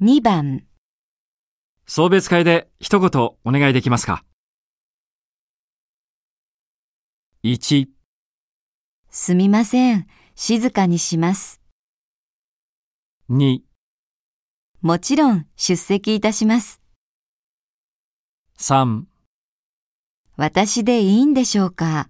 2番、送別会で一言お願いできますか ?1、すみません。静かにします。 2、もちろん出席いたします。 3私でいいんでしょうか